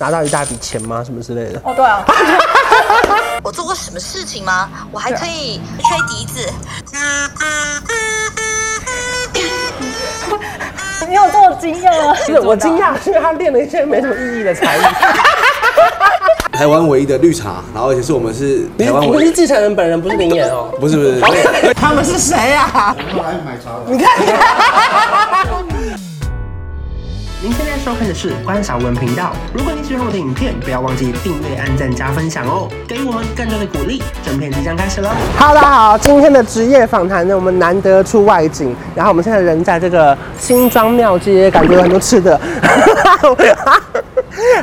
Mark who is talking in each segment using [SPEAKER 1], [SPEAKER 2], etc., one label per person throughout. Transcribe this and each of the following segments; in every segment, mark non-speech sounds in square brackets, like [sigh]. [SPEAKER 1] 拿到一大笔钱吗？什么之类的？
[SPEAKER 2] 哦，
[SPEAKER 1] [laughs]
[SPEAKER 2] 对啊，
[SPEAKER 3] 我做过什么事情吗？我还可以吹笛子。 [coughs]
[SPEAKER 2] 你有这么惊讶吗？
[SPEAKER 1] 是我惊讶，因为他练了一些没什么意义的才艺。
[SPEAKER 4] 台湾唯一的绿茶，然后而且啊是我们是
[SPEAKER 1] 你
[SPEAKER 4] 台
[SPEAKER 1] 是
[SPEAKER 4] 湾
[SPEAKER 1] 不
[SPEAKER 4] 唯
[SPEAKER 1] 是
[SPEAKER 4] 一，
[SPEAKER 1] 继承人本人，不是林演哦。
[SPEAKER 4] 不是不是，
[SPEAKER 1] 他们是谁啊？
[SPEAKER 5] 来买茶了。
[SPEAKER 1] 您现在收看的是观赏文频道。如果你喜欢我的影片，不要忘记订阅、按赞、加分享哦，给予我们更多的鼓励。整片即将开始喽！Hello，大家好，今天的职业访谈呢，我们难得出外景，然后我们现在人在这个新庄庙街，感觉有很多吃的。 [laughs]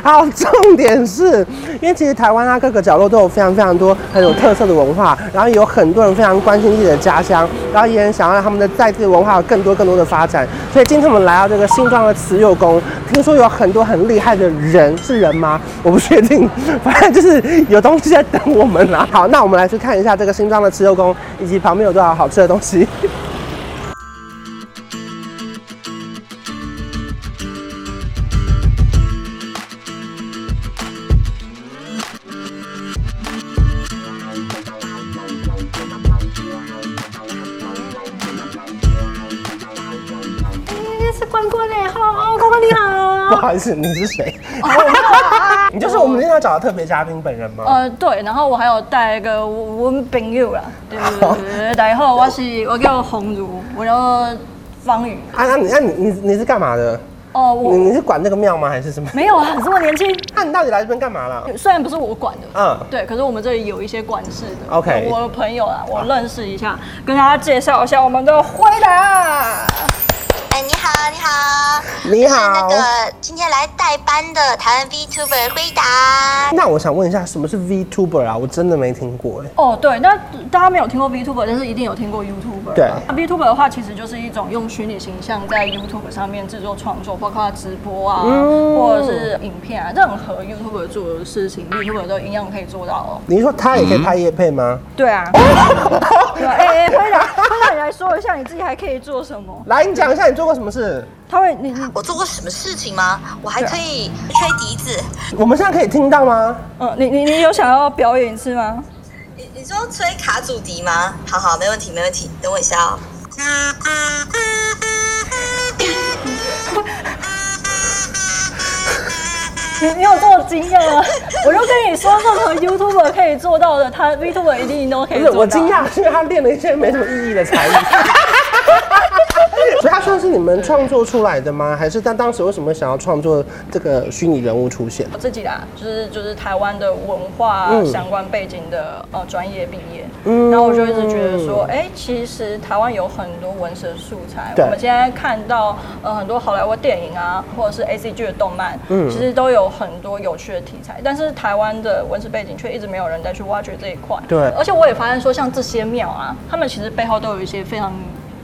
[SPEAKER 1] 好，重点是因为其实台湾它各个角落都有非常非常多很有特色的文化，然后有很多人非常关心自己的家乡，然后也很想要让他们的在地文化有更多更多的发展。所以今天我们来到这个新庄的慈幼宫，听说有很多很厉害的人，是人吗？ [laughs] 我不确定，反正就是有东西在等我们啦。好，那我们来去看一下这个新庄的慈幼宫，以及旁边有多少好吃的东西。
[SPEAKER 2] 哎是关关哎，Hello，关关你
[SPEAKER 1] 不
[SPEAKER 2] 好。
[SPEAKER 1] 好意思，你是谁？你就是我们今天要找的特别嘉宾本人吗？
[SPEAKER 2] 呃，对，然后我还有带一个文朋友啦，对对对对，大家好，我是我叫红茹，我叫方宇。
[SPEAKER 1] 啊，那你那你你你是干嘛的？
[SPEAKER 2] 哦，
[SPEAKER 1] 你
[SPEAKER 2] 我
[SPEAKER 1] 你是管那个庙吗？还是什么？
[SPEAKER 2] 没有啊，这么年轻，
[SPEAKER 1] 那、你到底来这边干嘛啦？
[SPEAKER 2] 虽然不是我管的，
[SPEAKER 1] 嗯
[SPEAKER 2] 对，可是我们这里有一些管事的
[SPEAKER 1] OK
[SPEAKER 2] 我的朋友啊，我认识一下，跟大家介绍一下我们的辉达。
[SPEAKER 3] 哎，你好，你好，
[SPEAKER 1] 你好
[SPEAKER 3] 我是那个今天来代班的台湾 VTuber 辉达。
[SPEAKER 1] 那我想问一下，什么是 VTuber 啊？我真的没听过哎、
[SPEAKER 2] 哦，对，那大家没有听过 VTuber，但是一定有听过 YouTuber。
[SPEAKER 1] 对
[SPEAKER 2] 那 VTuber 的话，其实就是一种用虚拟形象在 YouTube 上面制作创作，包括直播啊，
[SPEAKER 1] 嗯
[SPEAKER 2] 或者是影片啊，任何 YouTuber 做的事情，YouTuber 都一样可以做到哦。
[SPEAKER 1] 你是说他也可以拍夜配吗？
[SPEAKER 2] 对啊。对， [laughs] 哎、哎，辉达，辉达，你来说一下你自己还可以做什么？
[SPEAKER 1] 来，你讲一下你做过什么事？
[SPEAKER 2] 他会，你你，
[SPEAKER 3] 我做过什么事情吗？我还可以吹笛子。
[SPEAKER 1] 我们现在可以听到吗？
[SPEAKER 2] 嗯，你你你有想要表演一次吗？
[SPEAKER 3] 你你说吹卡祖笛吗？好好，没问题，没问题。等我一下哦。
[SPEAKER 2] 你你有这么惊讶吗？我就跟你说，任何 YouTuber 可以做到的，他 VTuber 一定都
[SPEAKER 1] 不
[SPEAKER 2] 可以
[SPEAKER 1] 是，
[SPEAKER 2] 哎做到。
[SPEAKER 1] 我惊讶，是因为他练了一些没什么意义的
[SPEAKER 2] [laughs]
[SPEAKER 1] 才艺。所以他算是你们创作出来的吗？还是但当时为什么想要创作这个虚拟人物出现？
[SPEAKER 2] 我自己啦，就是就是台湾的文化
[SPEAKER 1] 嗯
[SPEAKER 2] 相关背景的、呃专业毕业，嗯，然后我就一直觉得说，哎、其实台湾有很多文史素材，
[SPEAKER 1] 对
[SPEAKER 2] 我们现在看到呃很多好莱坞电影啊，或者是 A C G 的动漫，嗯，其实都有很多有趣的题材，但是台湾的文史背景却一直没有人再去挖掘这一块，
[SPEAKER 1] 对
[SPEAKER 2] 而且我也发现说，像这些庙啊，他们其实背后都有一些非常。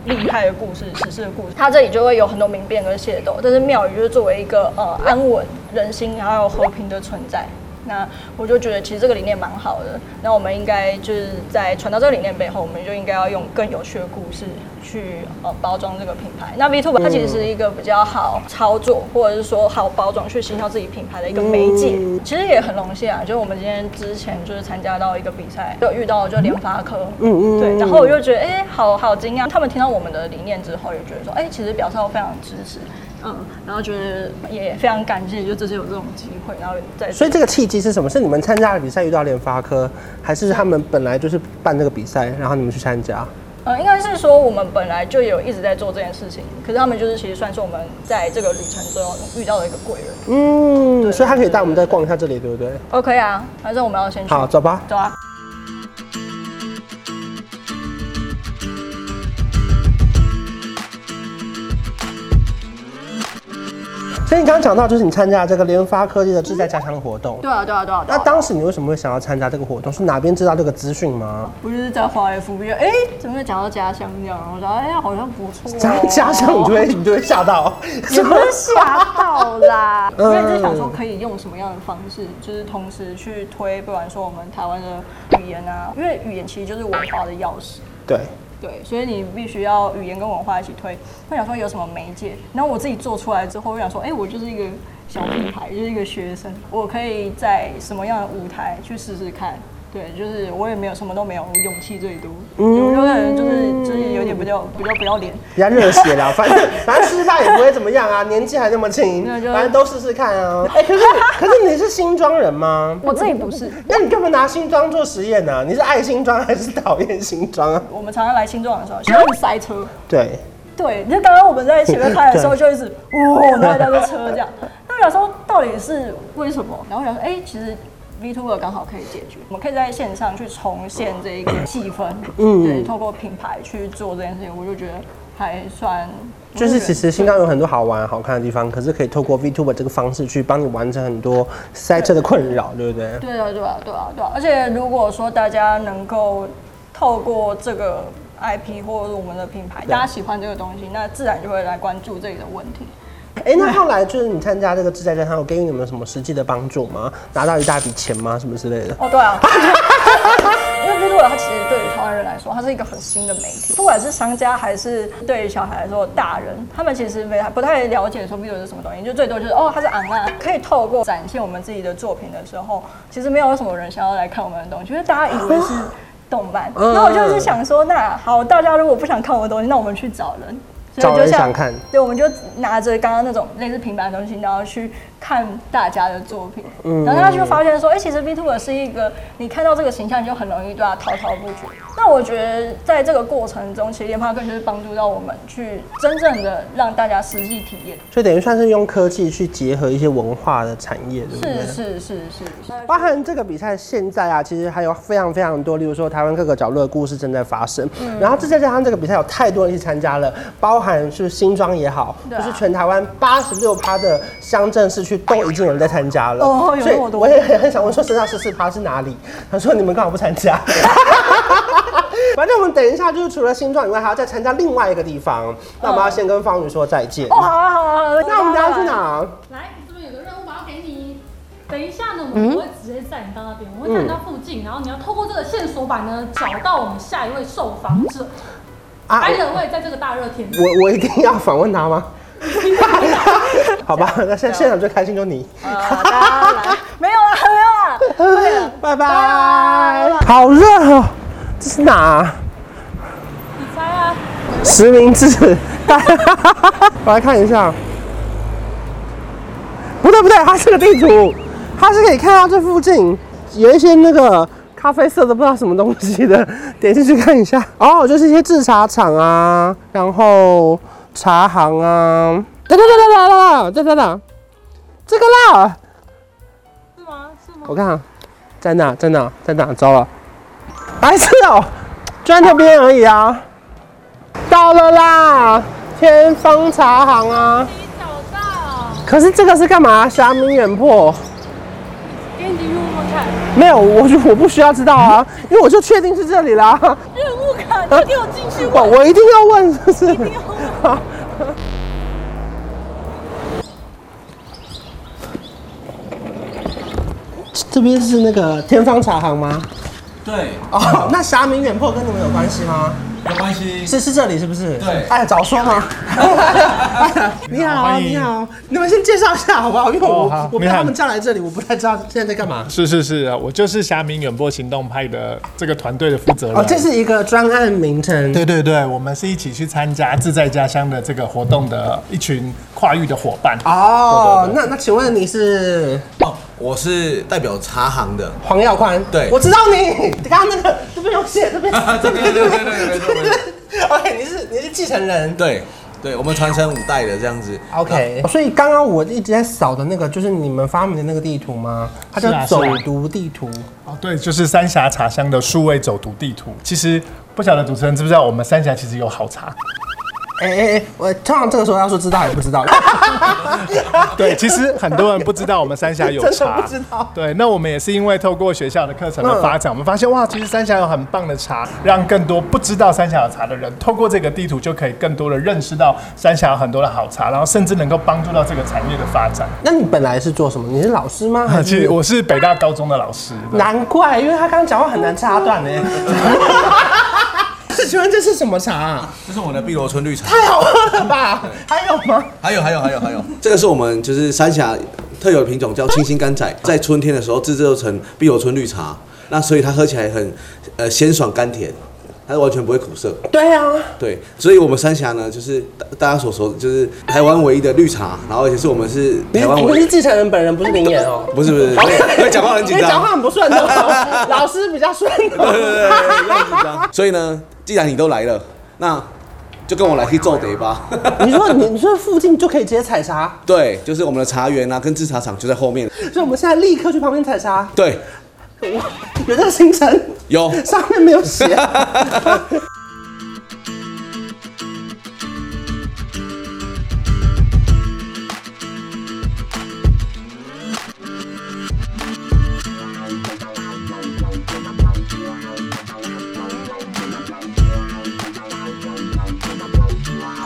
[SPEAKER 2] 厉害的故事，史诗的故事，它这里就会有很多民变跟械斗，但是庙宇就是作为一个呃安稳人心还有和平的存在。那我就觉得其实这个理念蛮好的，那我们应该就是在传到这个理念背后，我们就应该要用更有趣的故事去呃包装这个品牌。那 VTuber 它其实是一个比较好操作，或者是说好包装去行销自己品牌的一个媒介。其实也很荣幸啊，就是我们今天之前就是参加到一个比赛，就遇到就联发科，嗯嗯，对，然后我就觉得哎、好好惊讶，他们听到我们的理念之后，也觉得说哎、其实表示我非常支持。嗯，然后觉得也非常感谢，就这次有这种机会，然后再
[SPEAKER 1] 所以这个契机是什么？是你们参加了比赛遇到联发科，还是他们本来就是办这个比赛，然后你们去参加？
[SPEAKER 2] 呃，应该是说我们本来就有一直在做这件事情，可是他们就是其实算是我们在这个旅程中遇到的一个贵人。
[SPEAKER 1] 嗯，所以他可以带我们再逛一下这里，对不对？
[SPEAKER 2] OK 啊，反正我们要先去。
[SPEAKER 1] 好，走吧。
[SPEAKER 2] 走啊。
[SPEAKER 1] 所以你刚刚讲到，就是你参加这个联发科技的志在家乡活动。
[SPEAKER 2] 对啊，对啊，对啊。
[SPEAKER 1] 那当时你为什么会想要参加这个活动？是哪边知道这个资讯 [laughs] 吗？
[SPEAKER 2] 不就是在华 F B，哎、怎么会讲到家乡这样？然后我说，哎、呀，好像不错、哦。
[SPEAKER 1] 家家乡你
[SPEAKER 2] [laughs]
[SPEAKER 1] 就 [laughs] 会你就会吓到，
[SPEAKER 2] 也不是吓到
[SPEAKER 1] [laughs]
[SPEAKER 2] 啦，因为就是想
[SPEAKER 1] 嗯
[SPEAKER 2] 说可以用什么样的方式，就是同时去推，不管说我们台湾的语言啊，因为语言其实就是文化的钥匙。
[SPEAKER 1] 对，
[SPEAKER 2] 对，所以你必须要语言跟文化一起推。会想说有什么媒介，然后我自己做出来之后，我想说，哎、我就是一个小品牌，就是一个学生，我可以在什么样的舞台去试试看。对，就是我也没有什么都没有，我勇气最多。有有的人就是就是有点比较比较不要脸，
[SPEAKER 1] 比较热血啦，反正 [laughs] 反正失败也不会怎么样啊，年纪还那么轻，
[SPEAKER 2] 那就
[SPEAKER 1] 反正都试试看啊。哎、可是可是你是新庄人吗？
[SPEAKER 2] 我自己不是。
[SPEAKER 1] 那你干嘛拿新庄做实验呢、你是爱新庄还是讨厌新庄啊？
[SPEAKER 2] 我们常常来新庄的时候，就是很塞车。
[SPEAKER 1] [laughs] 对，
[SPEAKER 2] 对，就刚刚我们在前面开的时候，就
[SPEAKER 1] [laughs]
[SPEAKER 2] 一直哦，那一辆车这样。那我想说，到底是为什么？然后我想说，哎、其实 VTuber 刚好可以解决，我们可以在线上去重现这一个气氛，嗯，对，透过品牌去做这件事情，我就觉得还算。
[SPEAKER 1] 就是其实新庄有很多好玩好看的地方，可是可以透过 VTuber 这个方式去帮你完成很多塞车的困扰，对不对？
[SPEAKER 2] 对啊，对啊，对啊，对啊。而且如果说大家能够透过这个 IP 或者是我们的品牌，大家喜欢这个东西，那自然就会来关注这里的问题。
[SPEAKER 1] 哎、那后来就是你参加这个志在站，他有给你们什么实际的帮助吗？拿到一大笔钱吗？什么之类的？
[SPEAKER 2] 哦，对啊，因为 Vtuber 它其实对于台湾人来说，它是一个很新的媒体，不管是商家还是对于小孩来说，大人他们其实没不太了解说 Vtuber 是什么东西，就最多就是哦，它是昂啊，可以透过展现我们自己的作品的时候，其实没有什么人想要来看我们的东西，就是大家以为是。动漫，
[SPEAKER 1] 嗯
[SPEAKER 2] 那我就是想说，那好，大家如果不想看我的东西，那我们去找人，所以
[SPEAKER 1] 找人
[SPEAKER 2] 就像
[SPEAKER 1] 想看
[SPEAKER 2] 对，我们就拿着刚刚那种类似平板的东西，然后去看大家的作品，
[SPEAKER 1] 嗯
[SPEAKER 2] 然后他就发现说，哎、其实 VTuber 是一个你看到这个形象，你就很容易对他滔滔不绝。那我觉得在这个过程中，其实联发科就是帮助到我们去真正的让大家实际体验。
[SPEAKER 1] 所以等于算是用科技去结合一些文化的产业，对不对？
[SPEAKER 2] 是是是是是。
[SPEAKER 1] 包含这个比赛现在啊，其实还有非常非常多，例如说台湾各个角落的故事正在发生。
[SPEAKER 2] 嗯
[SPEAKER 1] 然后这再加上这个比赛有太多人去参加了，包含是新庄也好，
[SPEAKER 2] 对
[SPEAKER 1] 就
[SPEAKER 2] 啊
[SPEAKER 1] 是全台湾八十六趴的乡镇市区都已经有人在参加了。
[SPEAKER 2] 哦有
[SPEAKER 1] 所以
[SPEAKER 2] 那么多
[SPEAKER 1] 我也很很想问说，剩下十四趴是哪里？他说你们刚好不参
[SPEAKER 2] [laughs]
[SPEAKER 1] 加。反正我们等一下就是除了新庄以外，还要再参加另外一个地方。那我们要先跟方宇说再见。
[SPEAKER 2] 哦，好啊好啊好啊，
[SPEAKER 1] 那我们等一下去？哪？
[SPEAKER 5] 来，这边有个任务，我要给你。等一下呢，我
[SPEAKER 6] 嗯
[SPEAKER 5] 们不会直接载你到那边，我们会带你到附近，然后你要透过这个线索板呢，找到我们下一位受访者。
[SPEAKER 1] 啊
[SPEAKER 5] 白人会在这个大热天，
[SPEAKER 1] 我我一定要访问 [laughs] 他吗？好吧，那现现场最开心就你，
[SPEAKER 2] 啊，大家来，没有啦没有啊啦。
[SPEAKER 1] [laughs] 拜啊拜。好热哦，这是哪啊？
[SPEAKER 5] 你猜啊？
[SPEAKER 1] 实名制， [laughs] 我来看一下。不对不对，它是个地图，它是可以看到这附近有一些那个咖啡色的不知道什么东西的， [laughs] 点进去看一下。哦，就是一些制茶厂啊，然后茶行啊。哒哒哒哒哒哒哒哒哒，这个啦。
[SPEAKER 5] 是吗？是吗？
[SPEAKER 1] 我看啊，在哪？在哪？在哪？糟了，白痴哦、就在那边而已啊。到了啦，天方茶行啊。
[SPEAKER 5] 你找到，
[SPEAKER 1] 可是这个是干嘛？侠名远破？
[SPEAKER 5] 给你任务看。
[SPEAKER 1] 没有，我就我不需要知道啊，因为我就确定是这里啦。
[SPEAKER 5] 任务卡，你给我进去
[SPEAKER 1] 我
[SPEAKER 5] 问。
[SPEAKER 1] 我一定要问，是不是？好这边是那个天方茶行吗？
[SPEAKER 7] 对，
[SPEAKER 1] 哦，那侠名远破跟你们有关系吗？
[SPEAKER 7] 没关系。
[SPEAKER 1] 是是这里是不是？
[SPEAKER 7] 对
[SPEAKER 1] 哎，早说嘛！
[SPEAKER 8] [laughs]
[SPEAKER 1] 你好，
[SPEAKER 8] 欢迎
[SPEAKER 1] 你好，你们先介绍一下好不好？因为我、
[SPEAKER 8] 哦好
[SPEAKER 1] 我被
[SPEAKER 8] 你好
[SPEAKER 1] 他们叫来这里，我不太知道现在在干嘛。
[SPEAKER 8] 是是是，我就是霞明远播行动派的这个团队的负责人。
[SPEAKER 1] 哦，这是一个专案名称。
[SPEAKER 8] 对对对，我们是一起去参加自在家乡的这个活动的一群跨域的伙伴。
[SPEAKER 1] 哦，那那请问你是
[SPEAKER 4] 哦，我是代表茶行的，
[SPEAKER 1] 黄耀宽？
[SPEAKER 4] 对
[SPEAKER 1] 我知道你。你刚刚那个这边有写，这边这边
[SPEAKER 4] 对对对对对对对
[SPEAKER 1] [laughs] OK，你是你是继承人。
[SPEAKER 4] 对对，我们传承五代的这样子。
[SPEAKER 1] OK，所以刚刚我一直在扫的那个，就是你们发明的那个地图吗？它
[SPEAKER 8] 是
[SPEAKER 1] 叫
[SPEAKER 8] 啊是
[SPEAKER 1] 走
[SPEAKER 8] 啊
[SPEAKER 1] 读地图。
[SPEAKER 8] 哦，对，就是三峡茶乡的数位走读地图。其实不晓得主持人知不知道，我们三峡其实有好茶。
[SPEAKER 1] 哎哎哎，我通常这个时候要说知道也不知 [laughs] 道。
[SPEAKER 8] [laughs] 对，其实很多人不知道我们三峡有
[SPEAKER 1] 真的
[SPEAKER 8] 茶，
[SPEAKER 1] 不知道嗯
[SPEAKER 8] 对，那我们也是因为透过学校的课程的发展，我们发现哇，其实三峡有很棒的茶，让更多不知道三峡有茶的人，透过这个地图就可以更多的认识到三峡有很多的好茶，然后甚至能够帮助到这个产业的发展。
[SPEAKER 1] 那你本来是做什么？你是老师吗？还
[SPEAKER 8] 其实
[SPEAKER 1] 是
[SPEAKER 8] 我是北大高中的老师，
[SPEAKER 1] 难怪，因为他刚刚讲话很难插断呢。是是， [laughs] 请问这是什么茶、啊？
[SPEAKER 4] 这是我的碧螺春绿茶。
[SPEAKER 1] 太好喝了吧？ [laughs] 还有吗？
[SPEAKER 4] 还有还有还有还有，这个是我们就是三峡特有的品种，叫清新甘仔，在春天的时候制作成碧螺春绿茶，那所以它喝起来很呃鲜爽甘甜，它完全不会苦涩。
[SPEAKER 1] 对啊，
[SPEAKER 4] 对，所以我们三峡呢，就是大大家所熟，就是台湾唯一的绿茶，然后而且是我们是
[SPEAKER 1] 你
[SPEAKER 4] 台湾
[SPEAKER 1] 你
[SPEAKER 4] 唯
[SPEAKER 1] 是
[SPEAKER 4] 一，
[SPEAKER 1] 继承人本人，不是林演哦。
[SPEAKER 4] 不是不是，
[SPEAKER 1] [laughs]
[SPEAKER 4] 会讲话很紧
[SPEAKER 1] 因为讲
[SPEAKER 4] 张
[SPEAKER 1] 话。很不顺
[SPEAKER 4] [laughs]
[SPEAKER 1] 哦，老师比较顺哦。
[SPEAKER 4] 所以呢，既然你都来了，那就跟我来去做贼吧。
[SPEAKER 1] [laughs] 你说你你说附近就可以直接采茶，
[SPEAKER 4] 对，就是我们的茶园啊，跟制茶厂就在后面。
[SPEAKER 1] 所以我们现在立刻去旁边采茶。
[SPEAKER 4] 对，
[SPEAKER 1] 哇有这个行程？
[SPEAKER 4] 有
[SPEAKER 1] 上面没有写。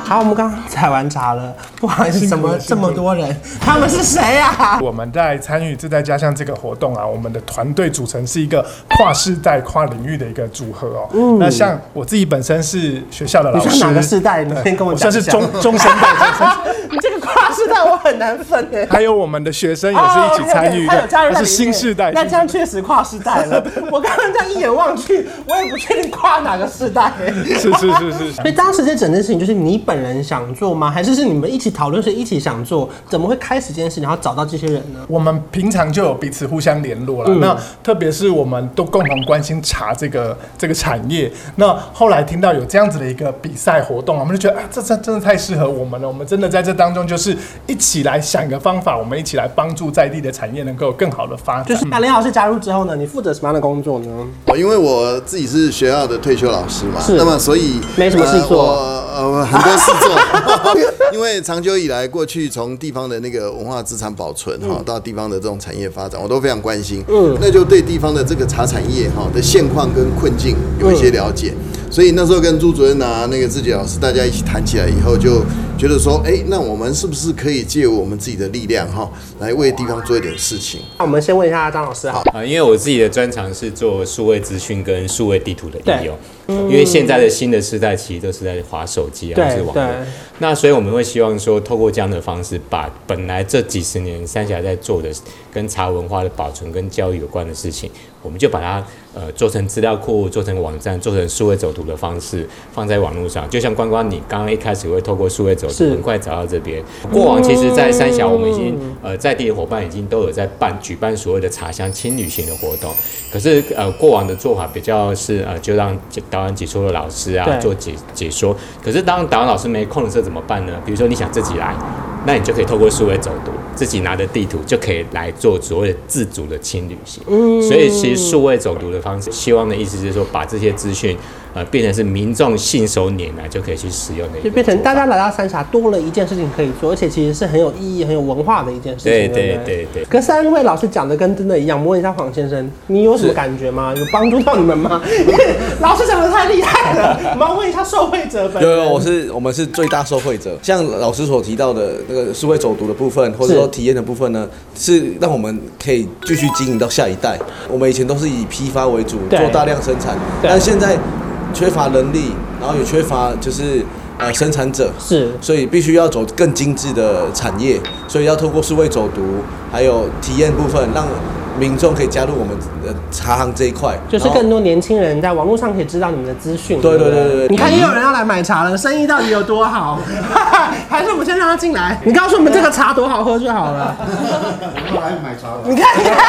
[SPEAKER 1] 好，我们刚刚采完茶了，不好意思，怎么这么多人？他们是谁呀、
[SPEAKER 8] [laughs]
[SPEAKER 1] 啊？
[SPEAKER 8] 我们在参与自在家乡这个活动啊，我们的团队组成是一个跨世代、跨领域的一个组合哦。那像我自己本身是学校的老
[SPEAKER 1] 嗯你
[SPEAKER 8] 师，
[SPEAKER 1] 是哪个世代你
[SPEAKER 8] 对
[SPEAKER 1] 先跟我
[SPEAKER 8] 我
[SPEAKER 1] 讲一
[SPEAKER 8] 算
[SPEAKER 1] 下
[SPEAKER 8] 是中中生代，中生代
[SPEAKER 1] 你这个跨世代我很难分哎。
[SPEAKER 8] 还有我们的学生也是一起参
[SPEAKER 1] 哦，OK，OK，
[SPEAKER 8] 与
[SPEAKER 1] 他有
[SPEAKER 8] 的，
[SPEAKER 1] 加入
[SPEAKER 8] 他
[SPEAKER 1] 在
[SPEAKER 8] 是
[SPEAKER 1] 里
[SPEAKER 8] 新
[SPEAKER 1] 面
[SPEAKER 8] 世代。
[SPEAKER 1] 那这样确实跨世代
[SPEAKER 8] [laughs]
[SPEAKER 1] 了。我刚刚这样一眼望去，我也不确定跨哪个世代。
[SPEAKER 8] 是是是是
[SPEAKER 1] 所以当时这整件事情就是你本人想做吗？还是是你们一起讨论是一起想做？怎么会开始这件事情，然后找到这些人呢？
[SPEAKER 8] 我们平常就有彼此互相联络了。那特别是我们都共同关心茶这个这个产业。那后来听到有这样子的一个比赛活动，我们就觉得啊，这这真的太适合我们了。我们真的在这当中就是一起来想一个方法，我们一起来帮助在地的产业能够有更好的发
[SPEAKER 1] 就
[SPEAKER 8] 展。
[SPEAKER 1] 是那林老师加入之后呢，你负责什么样的工作呢？
[SPEAKER 7] 哦，因为我自己是学校的退休老师嘛
[SPEAKER 1] 是，
[SPEAKER 7] 那么所以
[SPEAKER 1] 没什么事做
[SPEAKER 7] 呃我呃，很多事做，因 [laughs] 为长久以来，过去从地方的那个文化资产保存
[SPEAKER 1] 嗯
[SPEAKER 7] 哈，到地方的这种产业发展，我都非常关心。嗯，那就对地方的这个茶产业哈的现况跟困境有一
[SPEAKER 1] 嗯
[SPEAKER 7] 些了解。所以那时候跟朱主任啊，那个志杰老师，大家一起谈起来以后，就觉得说，哎、那我们是不是可以借我们自己的力量哈，来为地方做一点事情？ [laughs]
[SPEAKER 1] 那我们先问一下张老师好，
[SPEAKER 9] 啊，因为我自己的专长是做数位资讯跟数位地图的应用，因为现在的新的时代其实都是在划手机
[SPEAKER 1] 嗯
[SPEAKER 9] 啊，
[SPEAKER 1] 对
[SPEAKER 9] 或是网络
[SPEAKER 1] 对。
[SPEAKER 9] 那所以我们会希望说，透过这样的方式，把本来这几十年三峡在做的跟茶文化的保存跟教育有关的事情，我们就把它呃做成资料库、做成网站、做成数位走读的方式放在网络上。就像关关你刚刚一开始会透过数位走
[SPEAKER 1] 是
[SPEAKER 9] 读，很快找到这边。过往其实，在三峡我们已经
[SPEAKER 1] 嗯
[SPEAKER 9] 呃在地的伙伴已经都有在办举办所谓的茶乡轻旅行的活动，可是呃过往的做法比较是呃就让导演解说的老师啊
[SPEAKER 1] 对
[SPEAKER 9] 做解解说，可是当导演老师没空的时候怎么办呢？比如说你想自己来，那你就可以透过数位走读，自己拿着地图就可以来做所谓的自主的轻旅行。
[SPEAKER 1] 嗯
[SPEAKER 9] 所以其实数位走读的方式，希望的意思是说把这些资讯呃变成是民众信手拈来就可以去使用的一
[SPEAKER 1] 就
[SPEAKER 9] 个做法，
[SPEAKER 1] 变成大家来到三峡多了一件事情可以做，而且其实是很有意义、很有文化的一件事情。
[SPEAKER 9] 对
[SPEAKER 1] 对不
[SPEAKER 9] 对对对
[SPEAKER 1] 可三位老师讲的跟真的一样，我问一下黄先生，你有什么感觉吗？有帮助到你们吗？ [laughs] 因为老师讲的太厉害
[SPEAKER 4] [laughs]
[SPEAKER 1] 了，忙问一下受惠者本
[SPEAKER 4] 有
[SPEAKER 1] 人。
[SPEAKER 4] 有，我是我们是最大受惠者。像老师所提到的那个数位走读的部分，或者说
[SPEAKER 1] 是
[SPEAKER 4] 体验的部分呢，是让我们可以继续经营到下一代。我们以前都是以批发为主，
[SPEAKER 1] 对
[SPEAKER 4] 做大量生产，
[SPEAKER 1] 对
[SPEAKER 4] 但现在缺乏人力，然后也缺乏就是呃生产者，
[SPEAKER 1] 是
[SPEAKER 4] 所以必须要走更精致的产业，所以要透过数位走读，还有体验部分，让民众可以加入我们呃茶行这一块，
[SPEAKER 1] 就是
[SPEAKER 4] 然后
[SPEAKER 1] 更多年轻人在网络上可以知道你们的资讯。
[SPEAKER 4] 对
[SPEAKER 1] 不
[SPEAKER 4] 对对对
[SPEAKER 1] 你看又有人要来买茶了，生意到底有多好？ [laughs] 还是我们先让他进来？你告诉我们这个茶多好喝就好了。我来买茶。你看，你看，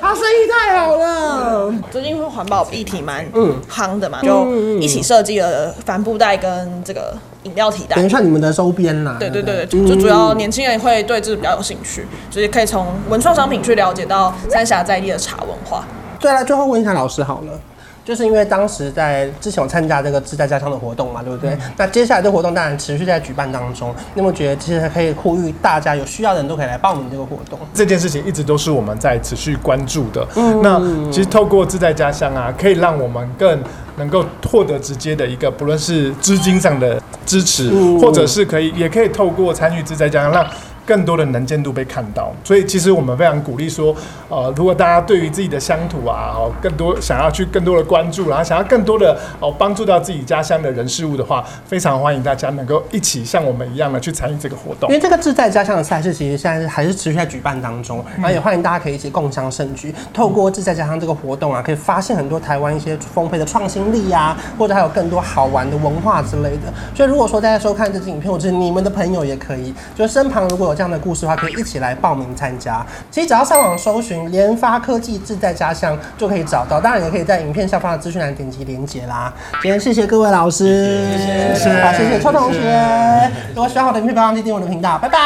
[SPEAKER 1] 他生意太 [laughs] 好了。嗯
[SPEAKER 6] 最近环保议题蛮夯的嘛，就一起设计了帆布袋跟这个饮料提袋
[SPEAKER 1] 等。一下你们的周边啦。嗯
[SPEAKER 6] 对对
[SPEAKER 1] 不
[SPEAKER 6] 对，就就主要年轻人会对这比较有兴趣，就是可以从文创商品去了解到三峡在地的茶文化。
[SPEAKER 1] 嗯对了，最后问一下老师好了。就是因为当时在之前有参加这个自在家乡的活动嘛，对不对？
[SPEAKER 6] 嗯
[SPEAKER 1] 那接下来这活动当然持续在举办当中，那么觉得其实可以呼吁大家有需要的人都可以来报名这个活动。
[SPEAKER 8] 这件事情一直都是我们在持续关注的。那其实透过自在家乡啊，可以让我们更能够获得直接的一个，不论是资金上的支持，或者是可以也可以透过参与自在家乡让。更多的能见度被看到。所以其实我们非常鼓励说，呃，如果大家对于自己的乡土啊，哦，更多想要去更多的关注，然后想要更多的哦帮助到自己家乡的人事物的话，非常欢迎大家能够一起像我们一样的去参与这个活动
[SPEAKER 1] 因为。这个志在家乡的赛事，其实现在还是持续在举办当中，然后也欢迎大家可以一起共襄盛举。透过志在家乡这个活动啊，可以发现很多台湾一些丰沛的创新力啊，或者还有更多好玩的文化之类的。所以如果说大家收看这支影片，或者是你们的朋友也可以，就是身旁如果有这样的故事的话，可以一起来报名参加。其实只要上网搜寻“联发科技志在家乡”就可以找到，当然也可以在影片下方的资讯栏点击连接啦。今天谢谢各位老师，谢谢，好，谢谢邱同学。如果喜欢我的影片，不要忘记订阅我的频道，拜拜。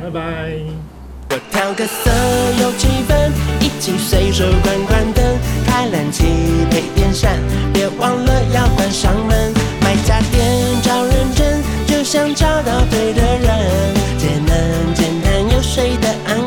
[SPEAKER 8] 拜拜。
[SPEAKER 10] 我调个色有气氛，一起随手关关灯，开冷气配电扇，别忘了要关上门。买家电找认真，就像找到对的人，简单简单又睡得安